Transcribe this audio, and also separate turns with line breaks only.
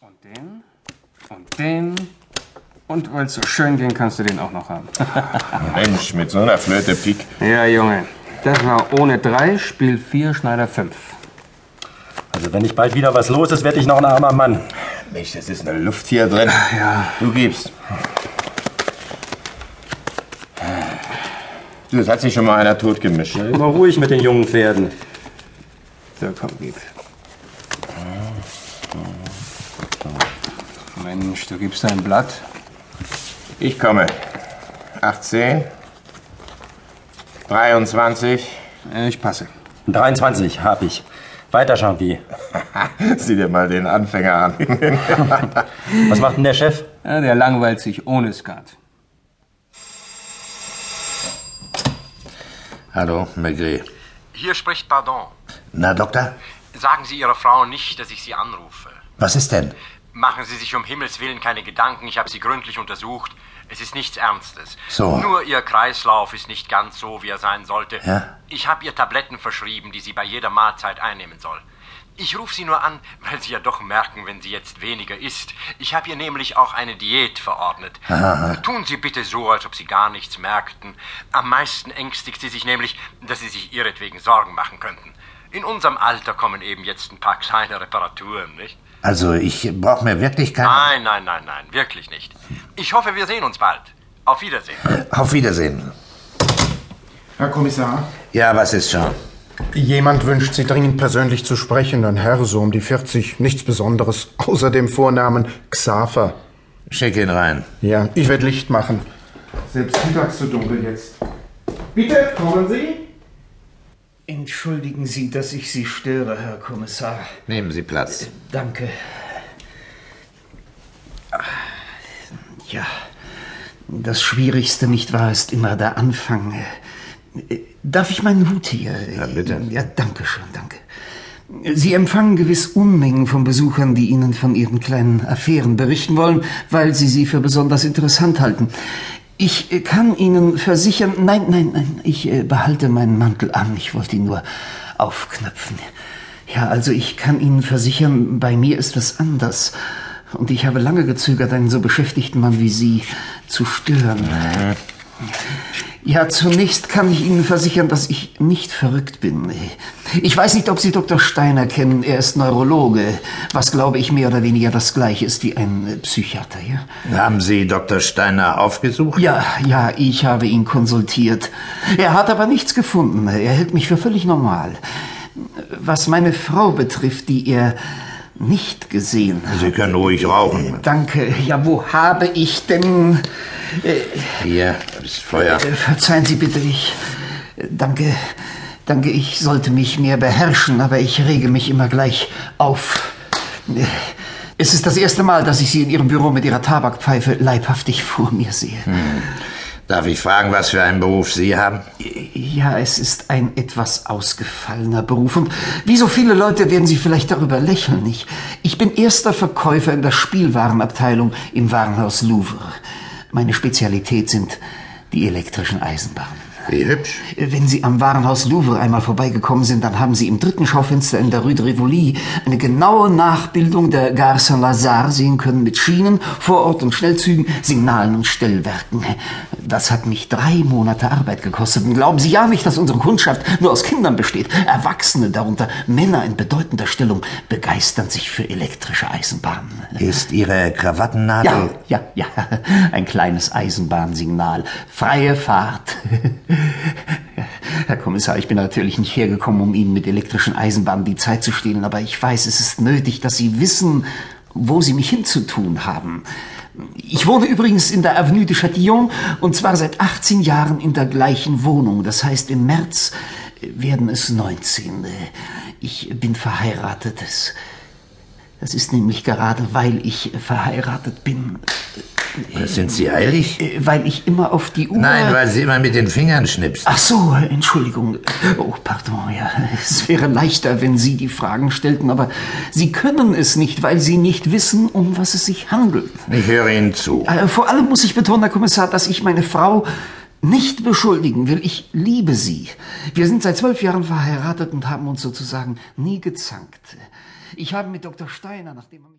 Und den. Und den. Und weil es so schön ging, kannst du den auch noch haben.
Mensch, mit so einer Flöte Pik.
ja, Junge. Das war ohne drei, Spiel vier, Schneider fünf.
Also wenn nicht bald wieder was los ist, werde ich noch ein armer Mann.
Mensch, das ist eine Luft hier drin.
Ah,
Ja. Du gibst. Du, das hat sich schon mal einer tot gemischt.
Immer ruhig mit den jungen Pferden.
So, komm, gib. Mensch, du gibst ein Blatt.
Ich komme. 18. 23.
Ich passe.
23 hab ich. Weiter, Champi.
Sieh dir mal den Anfänger an.
Was macht denn der Chef?
Ja, der langweilt sich ohne Skat.
Hallo, Maigret.
Hier spricht Pardon.
Na, Doktor?
Sagen Sie Ihrer Frau nicht, dass ich Sie anrufe.
Was ist denn?
Machen Sie sich um Himmels Willen keine Gedanken. Ich habe Sie gründlich untersucht. Es ist nichts Ernstes.
So.
Nur Ihr Kreislauf ist nicht ganz so, wie er sein sollte.
Ja.
Ich habe ihr Tabletten verschrieben, die sie bei jeder Mahlzeit einnehmen soll. Ich rufe Sie nur an, weil Sie ja doch merken, wenn sie jetzt weniger isst. Ich habe ihr nämlich auch eine Diät verordnet. Tun Sie bitte so, als ob Sie gar nichts merkten. Am meisten ängstigt sie sich nämlich, dass Sie sich ihretwegen Sorgen machen könnten. In unserem Alter kommen eben jetzt ein paar kleine Reparaturen, nicht?
Also, ich brauche mir wirklich keine...
Nein, nein, nein, nein, wirklich nicht. Ich hoffe, wir sehen uns bald. Auf Wiedersehen.
Auf Wiedersehen.
Herr Kommissar,
Ja, was ist schon?
jemand wünscht Sie dringend persönlich zu sprechen. Ein Herr, so um die 40, nichts Besonderes, außer dem Vornamen Xaver.
Schick ihn rein.
Ja, ich werde Licht machen. Selbst mittags zu dunkel jetzt. Bitte, kommen Sie.
Entschuldigen Sie, dass ich Sie störe, Herr Kommissar.
Nehmen Sie Platz.
Danke. Ja, das Schwierigste, nicht wahr, ist immer der Anfang. Äh, Darf ich meinen Hut hier? äh, Ja,
bitte.
Ja, danke schön, danke. Sie empfangen gewiss Unmengen von Besuchern, die Ihnen von Ihren kleinen Affären berichten wollen, weil Sie sie für besonders interessant halten. Ich äh, kann Ihnen versichern, nein, nein, nein, ich äh, behalte meinen Mantel an, ich wollte ihn nur aufknöpfen. Ja, also ich kann Ihnen versichern, bei mir ist es anders. Und ich habe lange gezögert, einen so beschäftigten Mann wie Sie zu stören. Ja, zunächst kann ich Ihnen versichern, dass ich nicht verrückt bin. Ich weiß nicht, ob Sie Dr. Steiner kennen. Er ist Neurologe, was, glaube ich, mehr oder weniger das gleiche ist wie ein äh, Psychiater, ja?
Haben Sie Dr. Steiner aufgesucht?
Ja, ja, ich habe ihn konsultiert. Er hat aber nichts gefunden. Er hält mich für völlig normal. Was meine Frau betrifft, die er nicht gesehen hat.
Sie können ruhig rauchen.
Danke. Ja, wo habe ich denn...
Hier, das Feuer.
Äh, Verzeihen Sie bitte, ich. äh, Danke. Danke, ich sollte mich mehr beherrschen, aber ich rege mich immer gleich auf. Äh, Es ist das erste Mal, dass ich Sie in Ihrem Büro mit Ihrer Tabakpfeife leibhaftig vor mir sehe.
Darf ich fragen, was für einen Beruf Sie haben?
Ja, es ist ein etwas ausgefallener Beruf. Und wie so viele Leute werden Sie vielleicht darüber lächeln. Ich, ich bin erster Verkäufer in der Spielwarenabteilung im Warenhaus Louvre. Meine Spezialität sind die elektrischen Eisenbahnen.
Wie hübsch.
Wenn Sie am Warenhaus Louvre einmal vorbeigekommen sind, dann haben Sie im dritten Schaufenster in der Rue de Rivoli eine genaue Nachbildung der Gare Saint-Lazare sehen können mit Schienen, Vorort- und Schnellzügen, Signalen und Stellwerken. Das hat mich drei Monate Arbeit gekostet. Und glauben Sie ja nicht, dass unsere Kundschaft nur aus Kindern besteht. Erwachsene, darunter Männer in bedeutender Stellung, begeistern sich für elektrische Eisenbahnen.
Ist Ihre
Ja,
Krawattennadel...
ja, ja. Ein kleines Eisenbahnsignal. Freie Fahrt. Herr Kommissar, ich bin natürlich nicht hergekommen, um Ihnen mit elektrischen Eisenbahnen die Zeit zu stehlen, aber ich weiß, es ist nötig, dass Sie wissen, wo Sie mich hinzutun haben. Ich wohne übrigens in der Avenue de Châtillon und zwar seit 18 Jahren in der gleichen Wohnung. Das heißt, im März werden es 19. Ich bin verheiratet. Es das ist nämlich gerade, weil ich verheiratet bin.
Sind Sie eilig?
Äh, Weil ich immer auf die Uhr.
Nein, weil Sie immer mit den Fingern schnipsen.
Ach so, Entschuldigung. Oh, pardon, ja. Es wäre leichter, wenn Sie die Fragen stellten, aber Sie können es nicht, weil Sie nicht wissen, um was es sich handelt.
Ich höre Ihnen zu.
Äh, Vor allem muss ich betonen, Herr Kommissar, dass ich meine Frau nicht beschuldigen will. Ich liebe sie. Wir sind seit zwölf Jahren verheiratet und haben uns sozusagen nie gezankt. Ich habe mit Dr. Steiner, nachdem er mich